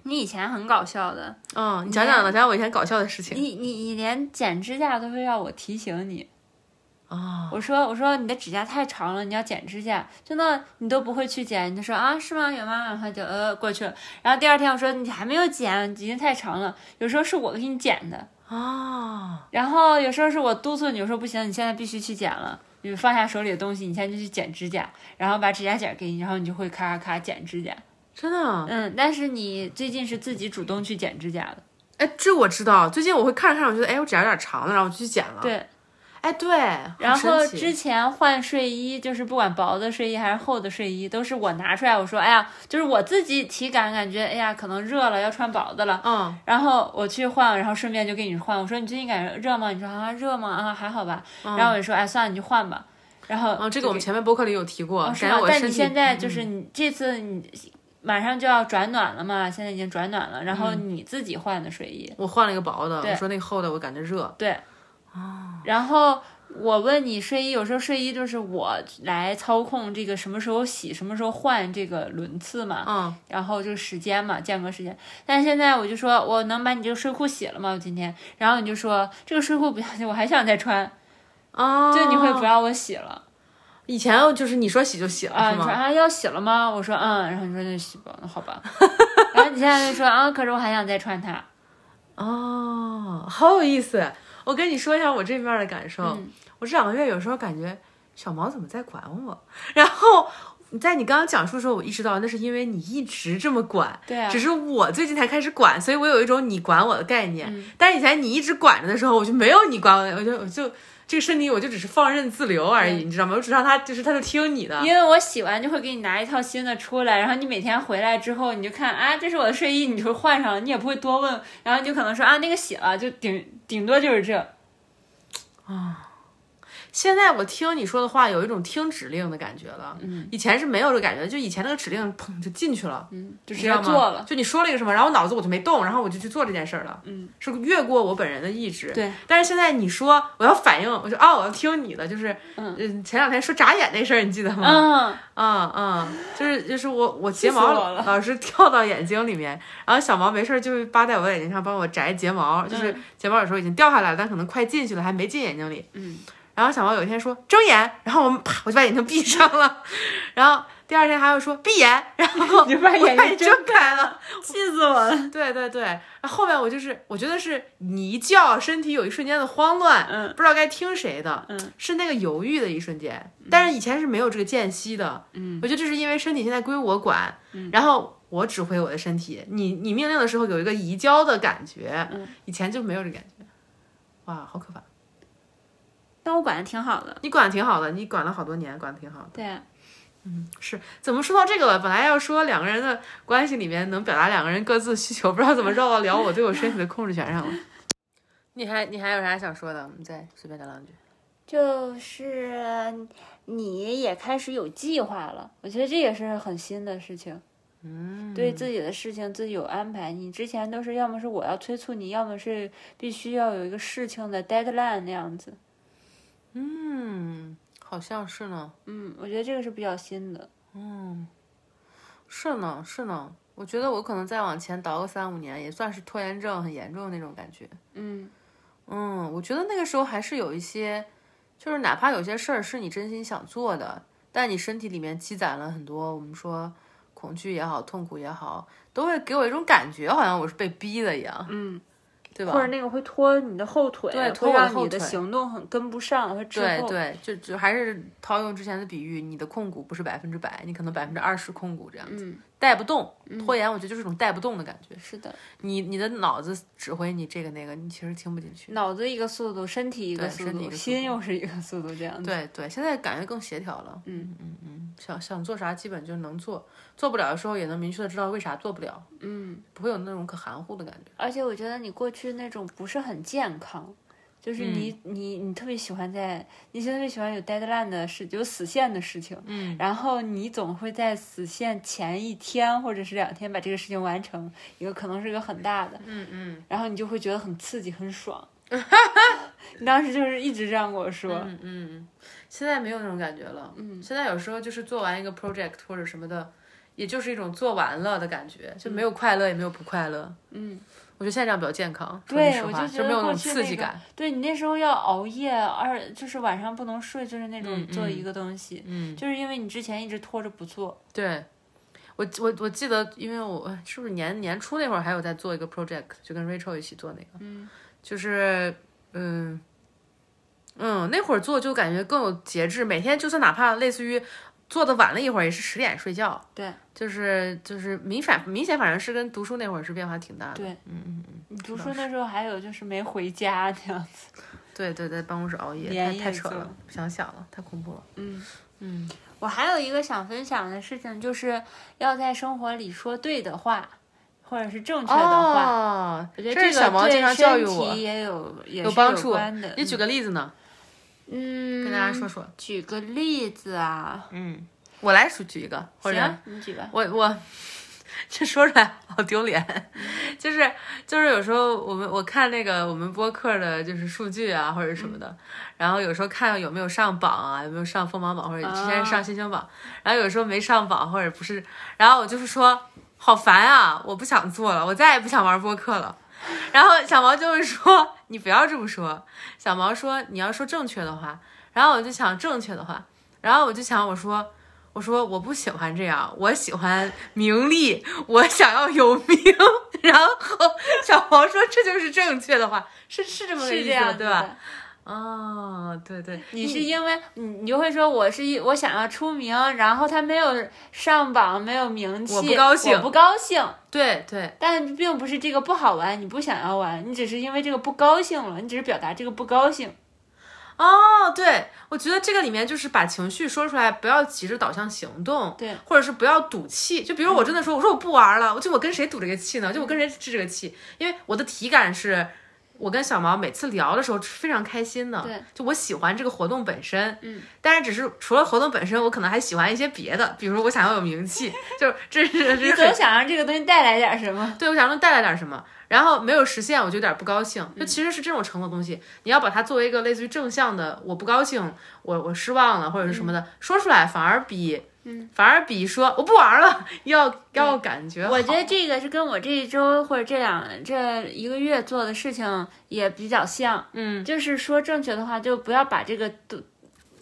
Speaker 1: 你以前很搞笑的，
Speaker 2: 嗯，你讲讲吧，讲讲我以前搞笑的事情
Speaker 1: 你你你连剪指甲都会让我提醒你。
Speaker 2: 啊。
Speaker 1: 我说我说你的指甲太长了，你要剪指甲，真的你都不会去剪，你就说啊是吗有吗？然后就呃过去了。然后第二天我说你还没有剪，已经太长了。有时候是我给你剪的，
Speaker 2: 啊，
Speaker 1: 然后有时候是我督促你，我说不行，你现在必须去剪了。你放下手里的东西，你现在就去剪指甲，然后把指甲剪给你，然后你就会咔咔咔剪指甲。
Speaker 2: 真的啊，
Speaker 1: 嗯，但是你最近是自己主动去剪指甲的，
Speaker 2: 哎，这我知道。最近我会看着看着，我觉得哎，我指甲有点长了，然后我就去剪了。
Speaker 1: 对，
Speaker 2: 哎对，
Speaker 1: 然
Speaker 2: 好
Speaker 1: 后
Speaker 2: 神奇
Speaker 1: 之前换睡衣，就是不管薄的睡衣还是厚的睡衣，都是我拿出来，我说，哎呀，就是我自己体感感觉，哎呀，可能热了，要穿薄的了。
Speaker 2: 嗯，
Speaker 1: 然后我去换，然后顺便就给你换。我说你最近感觉热吗？你说啊热吗？啊还好吧。然后我就说哎算了，你就换吧。然后
Speaker 2: 嗯嗯，这
Speaker 1: 就
Speaker 2: 个我们前面播客里有提过，
Speaker 1: 哦是
Speaker 2: 感
Speaker 1: 吧
Speaker 2: 觉？我
Speaker 1: 但
Speaker 2: 身
Speaker 1: 你
Speaker 2: 体嗯
Speaker 1: 现在就是你这次你马上就要转暖了嘛，现在已经转暖了，然后
Speaker 2: 嗯
Speaker 1: 你自己换的睡衣，
Speaker 2: 我换了一个薄的，我说那个厚的我感觉热，
Speaker 1: 对，然后。我问你睡衣，有时候睡衣就是我来操控这个什么时候洗、什么时候换这个轮次嘛，
Speaker 2: 嗯，
Speaker 1: 然后就是时间嘛，间隔时间。但是现在我就说，我能把你这个睡裤洗了吗？我今天，然后你就说这个睡裤不要紧，我还想再穿，
Speaker 2: 哦，
Speaker 1: 就你会不让我洗了。
Speaker 2: 以前就是你说洗就洗了、
Speaker 1: 啊，
Speaker 2: 哦是
Speaker 1: 你说
Speaker 2: 吗？
Speaker 1: 啊要洗了吗？我说嗯，然后你说那洗吧，那好 吧。然后你现在就说啊，可是我还想再穿它。
Speaker 2: 哦，好有意思。我跟你说一下我这面的感受，
Speaker 1: 嗯
Speaker 2: 我这两个月有时候感觉小毛怎么在管我， 然后。在你刚刚讲述的时候，我意识到那是因为你一直这么管，
Speaker 1: 对啊
Speaker 2: 只是我最近才开始管，所以我有一种你管我的概念。但是以前你一直管着的时候，我就没有你管我的，我就我就这个身体我就只是放任自流而已，你知道吗？我只让他就是他就听你的，
Speaker 1: 因为我洗完就会给你拿一套新的出来，然后你每天回来之后，你就看啊，这是我的睡衣，你就换上了，你也不会多问，然后你就可能说啊那个洗了，就顶顶多就是这。
Speaker 2: 现在我听你说的话，有一种听指令的感觉了。嗯，以前是没有这个感觉，就以前那个指令砰就进去了，
Speaker 1: 嗯，就直
Speaker 2: 你知
Speaker 1: 接
Speaker 2: 道吗
Speaker 1: 做了。。
Speaker 2: 就你说了一个什么，然后脑子我就没动，然后我就去做这件事儿了。嗯，是越过我本人的意志。
Speaker 1: 对。
Speaker 2: 但是现在你说我要反应，我就哦，我要听你的，就是
Speaker 1: 嗯
Speaker 2: 嗯，前两天说眨眼那事儿，你记得吗？
Speaker 1: 嗯，
Speaker 2: 嗯嗯，就是就是我我
Speaker 1: 气
Speaker 2: 睫
Speaker 1: 死
Speaker 2: 毛
Speaker 1: 我了
Speaker 2: 老是掉到眼睛里面，然后小毛没事儿就会扒在我眼睛上帮我摘睫毛，就是睫毛有时候已经掉下来了，但可能快进去了，还没进眼睛里。
Speaker 1: 嗯。
Speaker 2: 然后小毛有一天说睁眼，然后我们啪我就把眼睛 闭上了，然后第二天还会说闭眼，然后
Speaker 1: 你把
Speaker 2: 我
Speaker 1: 眼
Speaker 2: 把
Speaker 1: 睛
Speaker 2: 眼睁开了。
Speaker 1: 气死我了。
Speaker 2: 对对对，然后后面我就是我觉得是你一叫，身体有一瞬间的慌乱，
Speaker 1: 嗯，
Speaker 2: 不知道该听谁的，
Speaker 1: 嗯，
Speaker 2: 是那个犹豫的一瞬间，但是以前是没有这个间隙的，
Speaker 1: 嗯，
Speaker 2: 我觉得这是因为身体现在归我管，然后我指挥我的身体，你你命令的时候有一个移交的感觉，
Speaker 1: 嗯，
Speaker 2: 以前就没有这感觉，哇，好可怕！
Speaker 1: 但我管的挺好的。
Speaker 2: 你管的挺好的，你管了好多年，管的挺好的。
Speaker 1: 对啊，
Speaker 2: 是怎么说到这个了？本来要说两个人的关系里面能表达两个人各自需求，不知道怎么绕到聊我对我身体的控制权上了。 你还你还有啥想说的？我们再随便聊两句。
Speaker 1: 就是你也开始有计划了，我觉得这也是很新的事情。
Speaker 2: 嗯，
Speaker 1: 对自己的事情自己有安排。你之前都是要么是我要催促你，要么是必须要有一个事情的 deadline 那样子。
Speaker 2: 嗯，好像是呢，
Speaker 1: 嗯，我觉得这个是比较新的。
Speaker 2: 嗯是呢，是呢。我觉得我可能再往前倒个三五年，也算是拖延症很严重的那种感觉。
Speaker 1: 嗯
Speaker 2: 嗯，我觉得那个时候还是有一些，就是哪怕有些事儿是你真心想做的，但你身体里面积攒了很多，我们说恐惧也好，痛苦也好，都会给我一种感觉，好像我是被逼的一样，
Speaker 1: 嗯，
Speaker 2: 对吧？
Speaker 1: 或者那个会拖你的后腿，
Speaker 2: 对
Speaker 1: 会
Speaker 2: 拖我的
Speaker 1: 让
Speaker 2: 后
Speaker 1: 你的
Speaker 2: 腿
Speaker 1: 行动很跟不上，会滞
Speaker 2: 对
Speaker 1: 后。
Speaker 2: 对，就就还是套用之前的比喻，你的控股不是百分之百，你可能百分之二十控股这样子，
Speaker 1: 嗯，
Speaker 2: 带不动。拖延，我觉得就是一种带不动的感觉。
Speaker 1: 是的，
Speaker 2: 你你的脑子指挥你这个那个，你其实听不进去。
Speaker 1: 脑子一个速度，身体一个
Speaker 2: 对
Speaker 1: 速
Speaker 2: 身体一
Speaker 1: 度，
Speaker 2: 个速
Speaker 1: 心
Speaker 2: 度
Speaker 1: 又是一个速度，这样子。
Speaker 2: 对对，现在感觉更协调了。
Speaker 1: 嗯
Speaker 2: 嗯嗯，想想做啥基本就能做，做不了的时候也能明确的知道为啥做不了，
Speaker 1: 嗯，
Speaker 2: 不会有那种可含糊的感觉。
Speaker 1: 而且我觉得你过去那种不是很健康。就是你、
Speaker 2: 嗯
Speaker 1: 你你特别喜欢在，你特别喜欢有 deadline 的事，有死线的事情，
Speaker 2: 嗯，
Speaker 1: 然后你总会在死线前一天或者是两天把这个事情完成，有可能是一个很大的，
Speaker 2: 嗯嗯
Speaker 1: 然后你就会觉得很刺激、很 爽。你当时就是一直这样跟我说，
Speaker 2: 嗯嗯，现在没有那种感觉了。嗯，现在有时候就是做完一个 project 或者什么的，也就是一种做完了的感觉，就没有快乐也没有不快乐。
Speaker 1: 嗯，
Speaker 2: 我觉得现在这样比较健康。说句
Speaker 1: 对
Speaker 2: 实
Speaker 1: 我
Speaker 2: 话
Speaker 1: 就觉得
Speaker 2: 没有那
Speaker 1: 过
Speaker 2: 种
Speaker 1: 去
Speaker 2: 刺
Speaker 1: 那
Speaker 2: 激
Speaker 1: 个
Speaker 2: 感。
Speaker 1: 对你那时候要熬夜，二就是晚上不能睡，就是那种
Speaker 2: 嗯
Speaker 1: 做
Speaker 2: 嗯
Speaker 1: 一个东西，
Speaker 2: 嗯，
Speaker 1: 就是因为你之前一直拖着不做。
Speaker 2: 对，我我我记得，因为我哎是不是年年初那会儿还有在做一个 project，就跟 Rachel 一起做那个，
Speaker 1: 嗯，
Speaker 2: 就是嗯嗯，那会儿做就感觉更有节制，每天就算哪怕类似于做的晚了一会儿，也是十点睡觉，
Speaker 1: 对，
Speaker 2: 就是就是明反明显，反正是跟读书那会儿是变化挺大的，
Speaker 1: 对，
Speaker 2: 嗯嗯嗯，
Speaker 1: 你读书那时候还有就是没回家那样子。
Speaker 2: 对对，在办公室熬夜，
Speaker 1: 连
Speaker 2: 太
Speaker 1: 夜
Speaker 2: 太扯
Speaker 1: 做
Speaker 2: 了，不想想了，太恐怖了。
Speaker 1: 嗯，
Speaker 2: 嗯，
Speaker 1: 我还有一个想分享的事情，就是要在生活里说对的话，或者是正确的话。
Speaker 2: 哦，
Speaker 1: 我觉得
Speaker 2: 这是
Speaker 1: 个
Speaker 2: 小毛经
Speaker 1: 对
Speaker 2: 常
Speaker 1: 身
Speaker 2: 教育
Speaker 1: 体
Speaker 2: 我，
Speaker 1: 也有也
Speaker 2: 有
Speaker 1: 是
Speaker 2: 帮助
Speaker 1: 关的。
Speaker 2: 你举个例子呢，
Speaker 1: 嗯，
Speaker 2: 跟大家说说。
Speaker 1: 举个例子啊，
Speaker 2: 嗯，我来数举一个，或者
Speaker 1: 行，你举吧。
Speaker 2: 我我 这说出来好丢脸，就是就是有时候我们我看那个我们播客的就是数据啊或者什么的，然后有时候看有没有上榜啊，有没有上锋芒榜或者之前上新星榜，然后有时候没上榜或者不是，然后我就是说好烦啊，我不想做了，我再也不想玩播客了。然后小毛就会说：“你不要这么说。”小毛说：“你要说正确的话。”然后我就想正确的话，然后我就想我说我说我不喜欢这样，我喜欢名利，我想要有名。然后小毛说这就是正确的话，是是这么个
Speaker 1: 是
Speaker 2: 意
Speaker 1: 这
Speaker 2: 思
Speaker 1: 样
Speaker 2: 吧
Speaker 1: 子
Speaker 2: 对
Speaker 1: 的
Speaker 2: 吧？？哦，对对，
Speaker 1: 你是因为你你就会说我是一我想要出名，然后他没有上榜，没有名气，
Speaker 2: 我不高兴
Speaker 1: 我不高兴。
Speaker 2: 对对
Speaker 1: 但并不是这个不好玩，你不想要玩，你只是因为这个不高兴了，你只是表达这个不高兴。
Speaker 2: 哦，对，我觉得这个里面就是把情绪说出来，不要急着导向行动，
Speaker 1: 对，嗯
Speaker 2: 或者是不要赌气。就比如我真的说，我说我不玩了，我就我跟谁赌这个气呢？就我跟谁置这个气？因为我的体感是，我跟小毛每次聊的时候是非常开心的，
Speaker 1: 对，
Speaker 2: 就我喜欢这个活动本身，
Speaker 1: 嗯，
Speaker 2: 但是只是除了活动本身，我可能还喜欢一些别的，比如说我想要有名气， 就是这是这
Speaker 1: 你
Speaker 2: 是
Speaker 1: 总
Speaker 2: 很
Speaker 1: 想让这个东西带来点什么。
Speaker 2: 对我想能带来点什么，然后没有实现，我就有点不高兴。就其实是这种程度的东西，你要把它作为一个类似于正向的，我不高兴，我我失望了或者是什么的，
Speaker 1: 嗯
Speaker 2: 说出来反而比，嗯，反而比说我不玩了要要感觉好。
Speaker 1: 我觉得哎这个是跟我这一周或者这两这一个月做的事情也比较像，
Speaker 2: 嗯，
Speaker 1: 就是说正确的话，就不要把这个都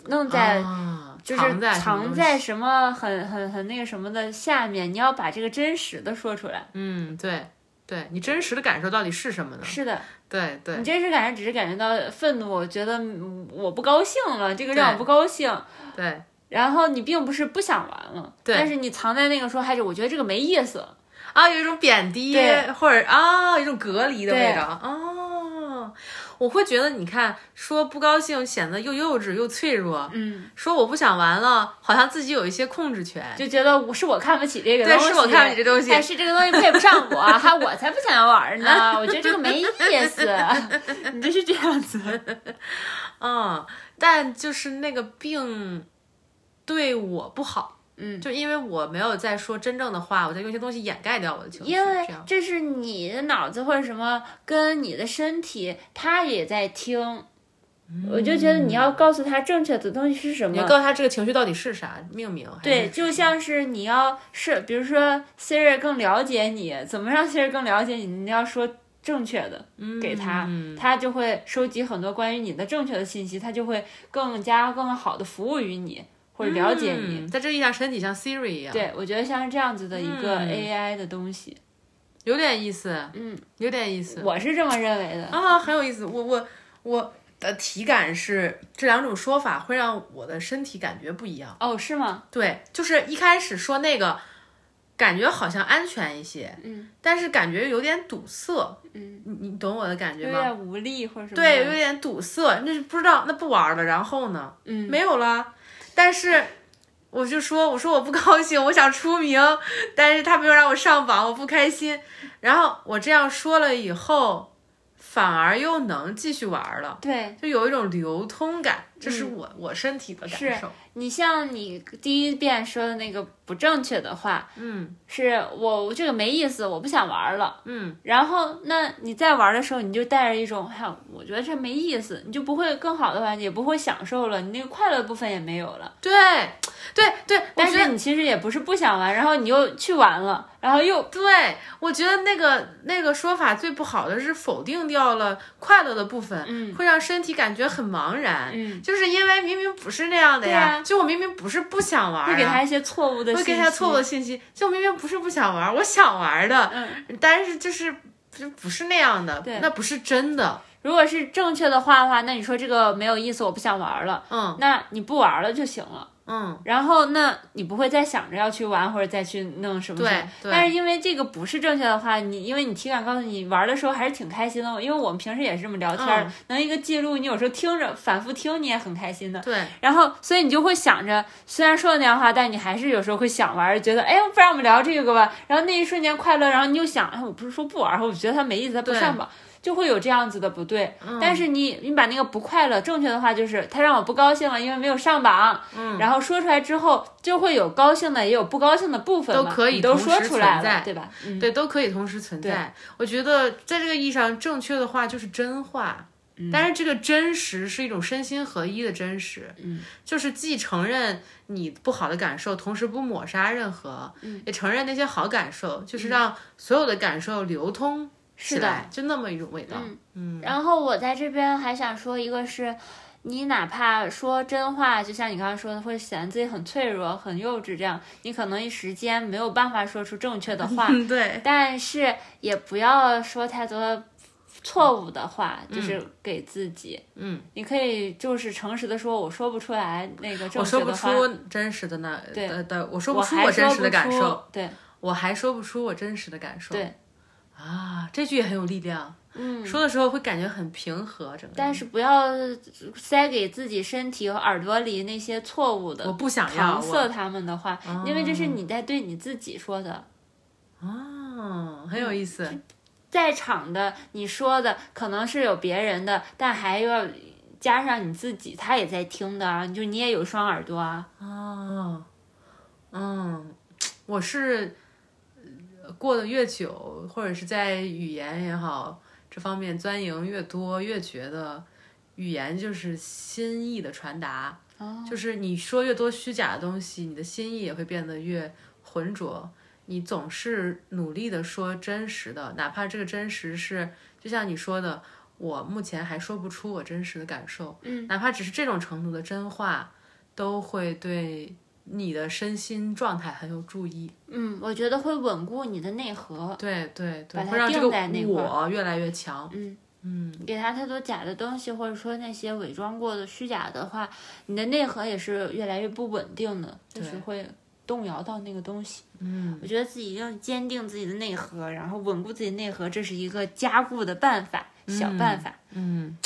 Speaker 1: 弄在、
Speaker 2: 啊、
Speaker 1: 就是
Speaker 2: 藏在什么
Speaker 1: 藏
Speaker 2: 东
Speaker 1: 在
Speaker 2: 西
Speaker 1: 什么很很很那个什么的下面，你要把这个真实的说出来。
Speaker 2: 嗯，对对，你真实的感受到底是什么呢？
Speaker 1: 是的，
Speaker 2: 对对
Speaker 1: 你真实感受只是感觉到愤怒，我觉得嗯我不高兴了，这个让我
Speaker 2: 对
Speaker 1: 不高兴。
Speaker 2: 对，
Speaker 1: 然后你并不是不想玩了，
Speaker 2: 对
Speaker 1: 但是你藏在那个说，还是我觉得这个没意思。
Speaker 2: 啊，有一种贬低
Speaker 1: 对
Speaker 2: 或者啊，有一种隔离的味
Speaker 1: 对
Speaker 2: 道哦。我会觉得，你看，说不高兴显得又幼稚又脆弱，
Speaker 1: 嗯，
Speaker 2: 说我不想玩了，好像自己有一些控制权。
Speaker 1: 就觉得我是我看不起这个
Speaker 2: 对
Speaker 1: 东西，
Speaker 2: 是我看不起这东西
Speaker 1: 哎，是这个东西配不上我，还我才不想要玩呢，我觉得这个没意思。 你就是这样子，
Speaker 2: 嗯，但就是那个病对我不好，
Speaker 1: 嗯，
Speaker 2: 就因为我没有在说真正的话，我在用一些东西掩盖掉我的情绪，
Speaker 1: 因为
Speaker 2: 这样。
Speaker 1: 这是你的脑子或者什么跟你的身体，它也在听。我就觉得你要告诉他正确的东西是什
Speaker 2: 嗯你要
Speaker 1: 么，
Speaker 2: 告诉他这个情绪到底是啥，命名。还
Speaker 1: 对，
Speaker 2: 是，
Speaker 1: 就像是你要是，比如说 Siri 更了解你，怎么让 Siri 更了解你？你要说正确的
Speaker 2: 嗯
Speaker 1: 给他，他就会收集很多关于你的正确的信息，他就会更加更好的服务于你或者了解你。
Speaker 2: 嗯，在这意义上，身体像 Siri 一样，
Speaker 1: 对，我觉得像是这样子的一个
Speaker 2: 嗯
Speaker 1: AI 的东西，
Speaker 2: 有点意思，
Speaker 1: 嗯，
Speaker 2: 有点意思
Speaker 1: 我是这么认为的。
Speaker 2: 啊，很有意思。我我我的体感是这两种说法会让我的身体感觉不一样。
Speaker 1: 哦，是吗？
Speaker 2: 对，就是一开始说那个，感觉好像安全一些，
Speaker 1: 嗯，
Speaker 2: 但是感觉有点堵塞，
Speaker 1: 嗯，
Speaker 2: 你你懂我的感
Speaker 1: 有
Speaker 2: 觉吗？
Speaker 1: 点无力或者什么
Speaker 2: 对，
Speaker 1: 的？
Speaker 2: 有点堵塞，那就不知道那不玩了，然后呢？
Speaker 1: 嗯，
Speaker 2: 没有了。但是我就说，我说我不高兴，我想出名， 但是他没有让我上榜，我不开心。然后我这样说了以后，反而又能继续玩了，
Speaker 1: 对。
Speaker 2: 就有一种流通感，这是我、我身体的
Speaker 1: 嗯是
Speaker 2: 感受。
Speaker 1: 你像你第一遍说的那个不正确的话，
Speaker 2: 嗯
Speaker 1: 是我我这个没意思，我不想玩了。
Speaker 2: 嗯，
Speaker 1: 然后，那你在玩的时候，你就带着一种，哎呀，我觉得这没意思，你就不会更好的玩，也不会享受了，你那个快乐部分也没有了。
Speaker 2: 对对对，我
Speaker 1: 但
Speaker 2: 觉得
Speaker 1: 是你其实也不是不想玩，然后你又去玩了，然后又
Speaker 2: 对，我觉得那个那个说法最不好的是否定掉了快乐的部分，
Speaker 1: 嗯
Speaker 2: 会让身体感觉很茫然，
Speaker 1: 嗯，
Speaker 2: 就是因为明明不是那样的呀，
Speaker 1: 对啊
Speaker 2: 就我明明不是不想玩、啊，
Speaker 1: 会给他一些错误的
Speaker 2: 会
Speaker 1: 信息，
Speaker 2: 给他错误的信息，就我明明不是不想玩，我想玩的，
Speaker 1: 嗯，
Speaker 2: 但是就是就不是那样的
Speaker 1: 对，
Speaker 2: 那不是真的，
Speaker 1: 如果是正确的话的话，那你说这个没有意思，我不想玩了，
Speaker 2: 嗯
Speaker 1: 那你不玩了就行了。
Speaker 2: 嗯，
Speaker 1: 然后那你不会再想着要去玩或者再去弄什么什么
Speaker 2: 对对
Speaker 1: 但是因为这个不是正确的话，你因为你体感告诉你玩的时候还是挺开心的，因为我们平时也是这么聊天儿，
Speaker 2: 嗯
Speaker 1: 能一个记录，你有时候听着反复听你也很开心的。
Speaker 2: 对，
Speaker 1: 然后，所以你就会想着，虽然说的那样话，但你还是有时候会想玩儿，觉得哎，不然我们聊这个吧。然后那一瞬间快乐，然后你又想，哎，我不是说不玩儿，我觉得它没意思，它不
Speaker 2: 对嗯
Speaker 1: 上吧，就会有这样子的不对。但是你你把那个不快乐，正确的话就是它让我不高兴了，因为没有上榜。嗯，然后说出来之后，就会有高兴的，也有不高兴的部分嘛，
Speaker 2: 都可以
Speaker 1: 你都
Speaker 2: 同时
Speaker 1: 说出来
Speaker 2: 存在
Speaker 1: 了，对吧？嗯，
Speaker 2: 对，都可以同时存在。我觉得在这个意义上，正确的话就是真话。
Speaker 1: 嗯
Speaker 2: 但是这个真实是一种身心合一的真实，
Speaker 1: 嗯，
Speaker 2: 就是既承认你不好的感受，同时不抹杀任何，嗯、也承认那些好感受，就是让所有的感受流通
Speaker 1: 嗯是
Speaker 2: 起
Speaker 1: 的
Speaker 2: 来，就那么一种味道。嗯，，
Speaker 1: 然后我在这边还想说，一个是你哪怕说真话，就像你刚刚说的，会显得自己很脆弱、很幼稚，这样你可能一时间没有办法说出正确的话
Speaker 2: 对，
Speaker 1: 但是也不要说太多错误的话，就是给自己。
Speaker 2: 嗯，
Speaker 1: 你可以就是诚实的说，我说不出来那个正
Speaker 2: 我说
Speaker 1: 确
Speaker 2: 不
Speaker 1: 的
Speaker 2: 出
Speaker 1: 话，
Speaker 2: 真实的那
Speaker 1: 对
Speaker 2: 的的，我说
Speaker 1: 我
Speaker 2: 不出
Speaker 1: 还
Speaker 2: 我真
Speaker 1: 说
Speaker 2: 实的
Speaker 1: 不
Speaker 2: 感
Speaker 1: 出
Speaker 2: 受，。
Speaker 1: 对，
Speaker 2: 我还说不出我真实的感受。
Speaker 1: 对，
Speaker 2: 啊，这句也很有力量。
Speaker 1: 嗯。
Speaker 2: 说的时候会感觉很平和，整个人。
Speaker 1: 但是不要塞给自己身体和耳朵里那些错误的
Speaker 2: 我不想要啊
Speaker 1: 搪塞
Speaker 2: 我，
Speaker 1: 他们的话，因为这是你在对你自己说的。
Speaker 2: 嗯，很有意思。
Speaker 1: 在场的你说的可能是有别人的，但还要加上你自己，他也在听的啊，就你也有双耳朵啊。
Speaker 2: 哦，嗯，我是呃过得越久，或者是在语言也好这方面钻营越多，越觉得语言就是心意的传达。就是你说越多虚假的东西，你的心意也会变得越浑浊。你总是努力的说真实的，哪怕这个真实是，就像你说的，我目前还说不出我真实的感受，嗯，哪怕只是这种程度的真话，都会对你的身心状态很有注意。
Speaker 1: 嗯，我觉得会稳固你的内核，
Speaker 2: 对对对，
Speaker 1: 把它
Speaker 2: 会让这
Speaker 1: 定
Speaker 2: 个
Speaker 1: 在那块
Speaker 2: 我越来越强。
Speaker 1: 嗯
Speaker 2: 嗯
Speaker 1: 给他太多假的东西，或者说那些伪装过的虚假的话，你的内核也是越来越不稳定的，就是会动摇到那个东西。嗯，我觉得自己要坚定自己的内核，然后稳固自己内核，这是一个加固的办法，小办法。
Speaker 2: 嗯，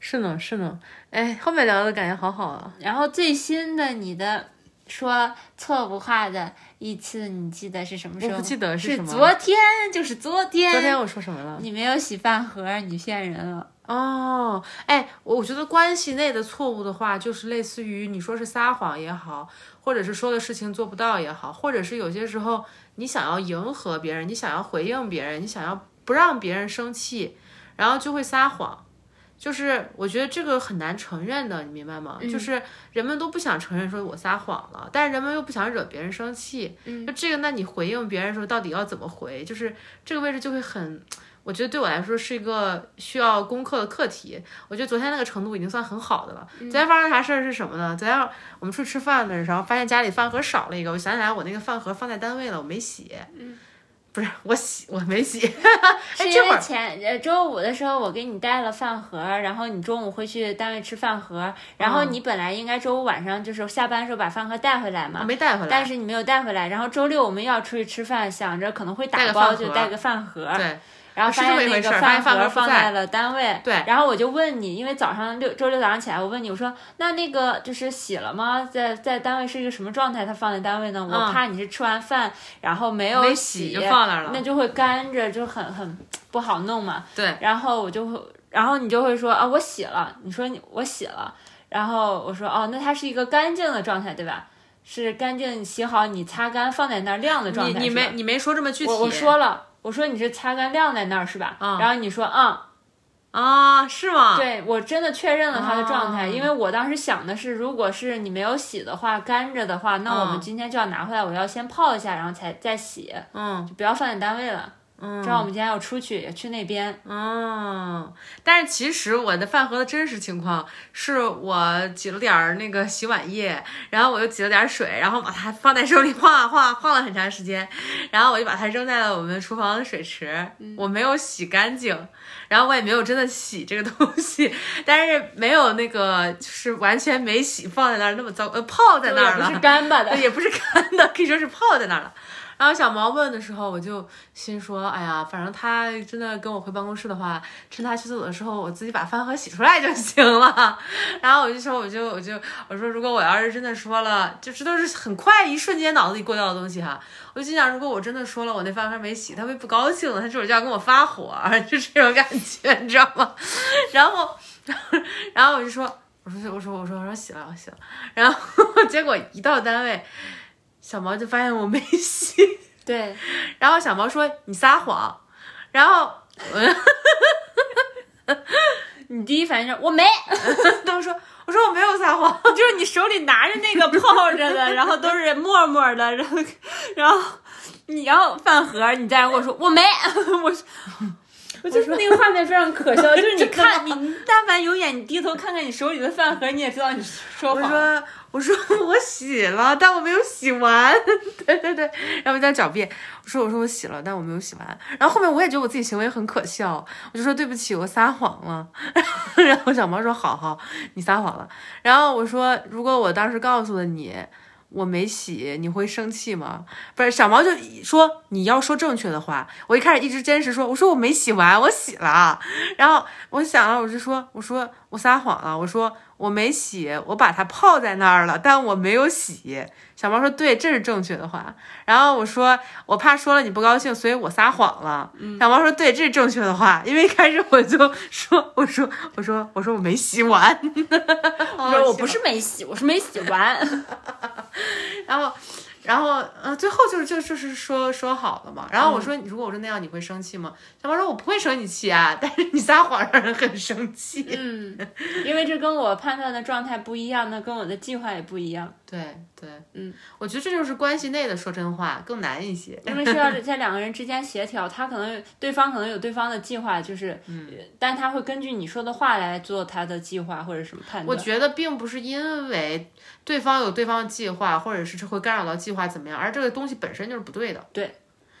Speaker 2: 是呢是呢，哎，后面聊的感觉好好啊。
Speaker 1: 然后最新的你的说错误话的一次，你记得是什么时候
Speaker 2: 我
Speaker 1: 吗？
Speaker 2: 不记得是
Speaker 1: 是
Speaker 2: 什么
Speaker 1: 昨天，就是昨天。
Speaker 2: 昨天我说什么了？
Speaker 1: 你没有洗饭盒，你骗人啊了。
Speaker 2: 哦，哎，我我觉得关系内的错误的话，就是类似于你说是撒谎也好，或者是说的事情做不到也好，或者是有些时候你想要迎合别人，你想要回应别人，你想要不让别人生气，然后就会撒谎。就是我觉得这个很难承认的，你明白吗？就是人们都不想承认说我撒谎了，但是人们又不想惹别人生气。嗯，就这个，那你回应别人的时候到底要怎么回？就是这个位置就会很我觉得对我来说是一个需要攻克的课题。我觉得昨天那个程度已经算很好的了。昨天发生啥事儿是什么呢？昨天我们出去吃饭的时候，发现家里饭盒少了一个，我想起来我那个饭盒放在单位了，我没洗。嗯，不是我洗，我没 洗。哎
Speaker 1: 是因为前呃周五的时候，我给你带了饭盒，然后你中午会去单位吃饭盒，然后
Speaker 2: 嗯
Speaker 1: 你本来应该周五晚上就是下班的时候把饭盒带回来嘛，
Speaker 2: 我没带回来
Speaker 1: 但是你没有带回来。然后周六我们又要出去吃饭，想着可能会
Speaker 2: 带
Speaker 1: 打
Speaker 2: 个
Speaker 1: 包，
Speaker 2: 饭
Speaker 1: 就
Speaker 2: 盒
Speaker 1: 带个饭盒。
Speaker 2: 对，
Speaker 1: 然后
Speaker 2: 是
Speaker 1: 发
Speaker 2: 这么
Speaker 1: 现
Speaker 2: 一回
Speaker 1: 那
Speaker 2: 事
Speaker 1: 个
Speaker 2: 儿发
Speaker 1: 饭
Speaker 2: 现饭盒
Speaker 1: 盒
Speaker 2: 不
Speaker 1: 放
Speaker 2: 在
Speaker 1: 在了单位，
Speaker 2: 对
Speaker 1: 然后我就问你，因为早上六周六早上起来，我问你，我说那那个就是洗了吗？在在单位是一个什么状态？它放在单位呢？我怕你是吃完饭然后没有
Speaker 2: 嗯没
Speaker 1: 洗
Speaker 2: 洗就放那儿了
Speaker 1: 那就会干着，就很很不好弄嘛。
Speaker 2: 对，
Speaker 1: 然后我就会，然后你就会说啊，我洗了，你说你我洗了，然后我说哦，那它是一个干净的状态，对吧？是干净洗好，你擦干放在那儿晾的状
Speaker 2: 你
Speaker 1: 态。
Speaker 2: 你
Speaker 1: 是吧
Speaker 2: 没你没说这么具体。
Speaker 1: 啊我我说了，我说你是擦干晾在那儿是吧？然后你说嗯，
Speaker 2: 啊，是吗？
Speaker 1: 对我真的确认了它的状态，
Speaker 2: 哦
Speaker 1: 因为我当时想的是，如果是你没有洗的话，干着的话，那我
Speaker 2: 嗯
Speaker 1: 们今天就要拿回来，我要先泡一下，然后才再洗，
Speaker 2: 嗯
Speaker 1: 就不要放在单位了。正好我们今天要出去，也去那边。
Speaker 2: 哦，但是其实我的饭盒的真实情况是我挤了点儿那个洗碗液，然后我又挤了点儿水，然后把它放在手里晃啊晃啊晃了很长时间，然后我就把它扔在了我们厨房的水池，
Speaker 1: 嗯
Speaker 2: 我没有洗干净，然后我也没有真的洗这个东西，但是没有那个就是完全没洗放在那儿那么糟，呃，泡在那儿哎
Speaker 1: 也
Speaker 2: 了
Speaker 1: 不是，干巴的
Speaker 2: 对，，也不是干的，可以说是泡在那儿了。然后小毛问的时候，我就心说，哎呀，反正他真的跟我回办公室的话，趁他去厕所的时候，我自己把饭盒洗出来就行了。然后我就说，我就我就我说，如果我要是真的说了，就这都是很快一瞬间脑子里过掉的东西哈。我就心想，如果我真的说了我那饭盒没洗，他会不高兴的，他这会儿就要跟我发火，啊就这种感觉，你知道吗？ 然后， 然后我就说，我说我说我说我说洗了我洗了。然后结果一到单位，小毛就发现我没洗，
Speaker 1: 对，
Speaker 2: 然后小毛说你撒谎，然后
Speaker 1: 你第一反应是我没，
Speaker 2: 他们说我说我没有撒谎，
Speaker 1: 就是你手里拿着那个泡着的，然后都是沫沫的，然后然后你要饭盒，你再跟我说我没，我说。我就是那个画面非常可笑，就是你看你，你但凡有眼，你低头看看你手里的饭盒，你也知道你说
Speaker 2: 我
Speaker 1: 谎。
Speaker 2: 说我说我洗了，但我没有洗完， 对对对，然后我在狡辩，我说我说我洗了，但我没有洗完，然后后面我也觉得我自己行为很可笑，我就说对不起，我撒谎了， 然后小毛说好好，你撒谎了，然后我说如果我当时告诉了你。我没洗，你会生气吗？不是，小毛就说你要说正确的话。我一开始一直坚持说，我说我没洗完，我洗了。然后我想了，我就说，我说我撒谎了，我说我没洗，我把它泡在那儿了，但我没有洗。小毛说对，这是正确的话。然后我说我怕说了你不高兴，所以我撒谎了。小毛说对，这是正确的话，因为一开始我就说，我说我说我说我没洗完，
Speaker 1: 我说我不是没哦洗，我是没洗完。
Speaker 2: 然后，然后，呃，最后就是就就是说说好了嘛。然后我
Speaker 1: 嗯
Speaker 2: 说，如果我说那样，你会生气吗？小毛说，我不会生你气啊，但是你撒谎让人很生气。
Speaker 1: 嗯，因为这跟我判断的状态不一样，那跟我的计划也不一样。
Speaker 2: 对对，
Speaker 1: 嗯，
Speaker 2: 我觉得这就是关系内的说真话更难一些。
Speaker 1: 因为是要在两个人之间协调，他可能对方可能有对方的计划，就是，嗯，但他会根据你说的话来做他的计划或者什么判
Speaker 2: 我
Speaker 1: 断。
Speaker 2: 觉得并不是因为对方有对方的计划，或者是这会干扰到计划怎么样，而这个东西本身就是不对的。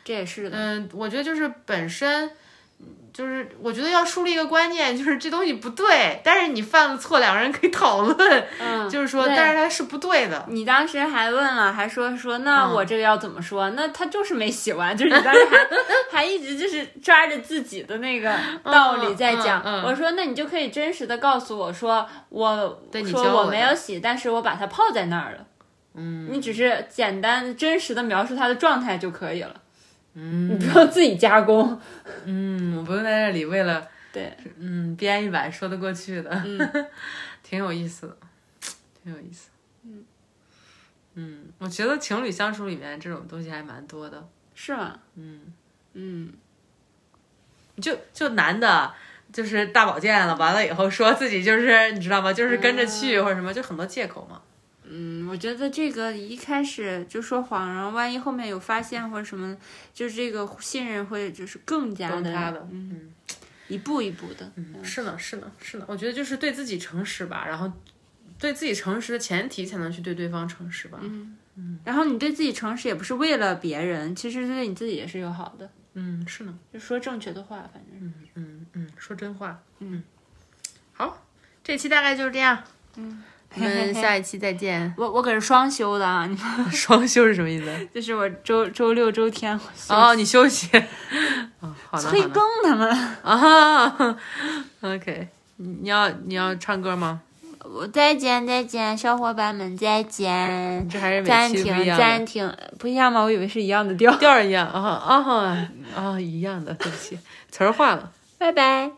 Speaker 1: 这也是的，
Speaker 2: 嗯，我觉得就是本身，嗯就是我觉得要树立一个观念，就是这东西不对，但是你犯了错，两个人可以讨论，
Speaker 1: 嗯，
Speaker 2: 就是说，
Speaker 1: 对
Speaker 2: 但是它是不对的。
Speaker 1: 你当时还问了，还说说那
Speaker 2: 嗯
Speaker 1: 我这个要怎么说？那他就是没洗完，就是你当时 还还一直就是抓着自己的那个道理在讲。
Speaker 2: 嗯嗯嗯
Speaker 1: 我说那你就可以真实的告诉我说我
Speaker 2: 对你
Speaker 1: 说
Speaker 2: 教我
Speaker 1: 我
Speaker 2: 的
Speaker 1: 没有洗，但是我把它泡在那儿了。嗯，你只是简单地真实的描述它的状态就可以了。嗯，你不要自己加工。
Speaker 2: 嗯，我不用在这里为了
Speaker 1: 对，
Speaker 2: 嗯编一版说得过去的，
Speaker 1: 嗯
Speaker 2: 挺有意思的，挺有意思。嗯嗯，我觉得情侣相处里面这种东西还蛮多的。
Speaker 1: 是吗？
Speaker 2: 嗯，
Speaker 1: 嗯，
Speaker 2: 就就男的。就是大保健了，完了以后说自己就是你知道吗？就是跟着去或者什么，就很多借口嘛。
Speaker 1: 嗯，我觉得这个一开始就说谎，然后万一后面有发现或者什么，就是这个信任会就是更加
Speaker 2: 崩
Speaker 1: 的
Speaker 2: 塌的，
Speaker 1: 嗯，
Speaker 2: 嗯，
Speaker 1: 一步一步的，嗯
Speaker 2: 是呢，是呢，是呢。我觉得就是对自己诚实吧，然后对自己诚实的前提，才能去对对方诚实吧。
Speaker 1: 然后你对自己诚实也不是为了别人，其实对你自己也是有好的，
Speaker 2: 嗯，是呢，
Speaker 1: 就说正确的话，反正是
Speaker 2: 嗯嗯嗯，说真话，嗯。好，这期大概就是这样，
Speaker 1: 嗯
Speaker 2: 我们下一期再 见。
Speaker 1: 我我可是双休的啊，你
Speaker 2: 双休是什么意思？
Speaker 1: 就是我周周六周天我休
Speaker 2: 哦，你休息。哦，好的，
Speaker 1: 催
Speaker 2: 好的
Speaker 1: 更他们，
Speaker 2: 啊。OK，你要你要唱歌吗？
Speaker 1: 我再见再见，小伙伴们再见，
Speaker 2: 这还是每
Speaker 1: 暂
Speaker 2: 期不
Speaker 1: 停
Speaker 2: 一样的。
Speaker 1: 暂停，呃不一样吗？我以为是一样的调，
Speaker 2: 哦调儿一样啊啊啊啊，一样的，对不起，词儿换了。
Speaker 1: 拜拜。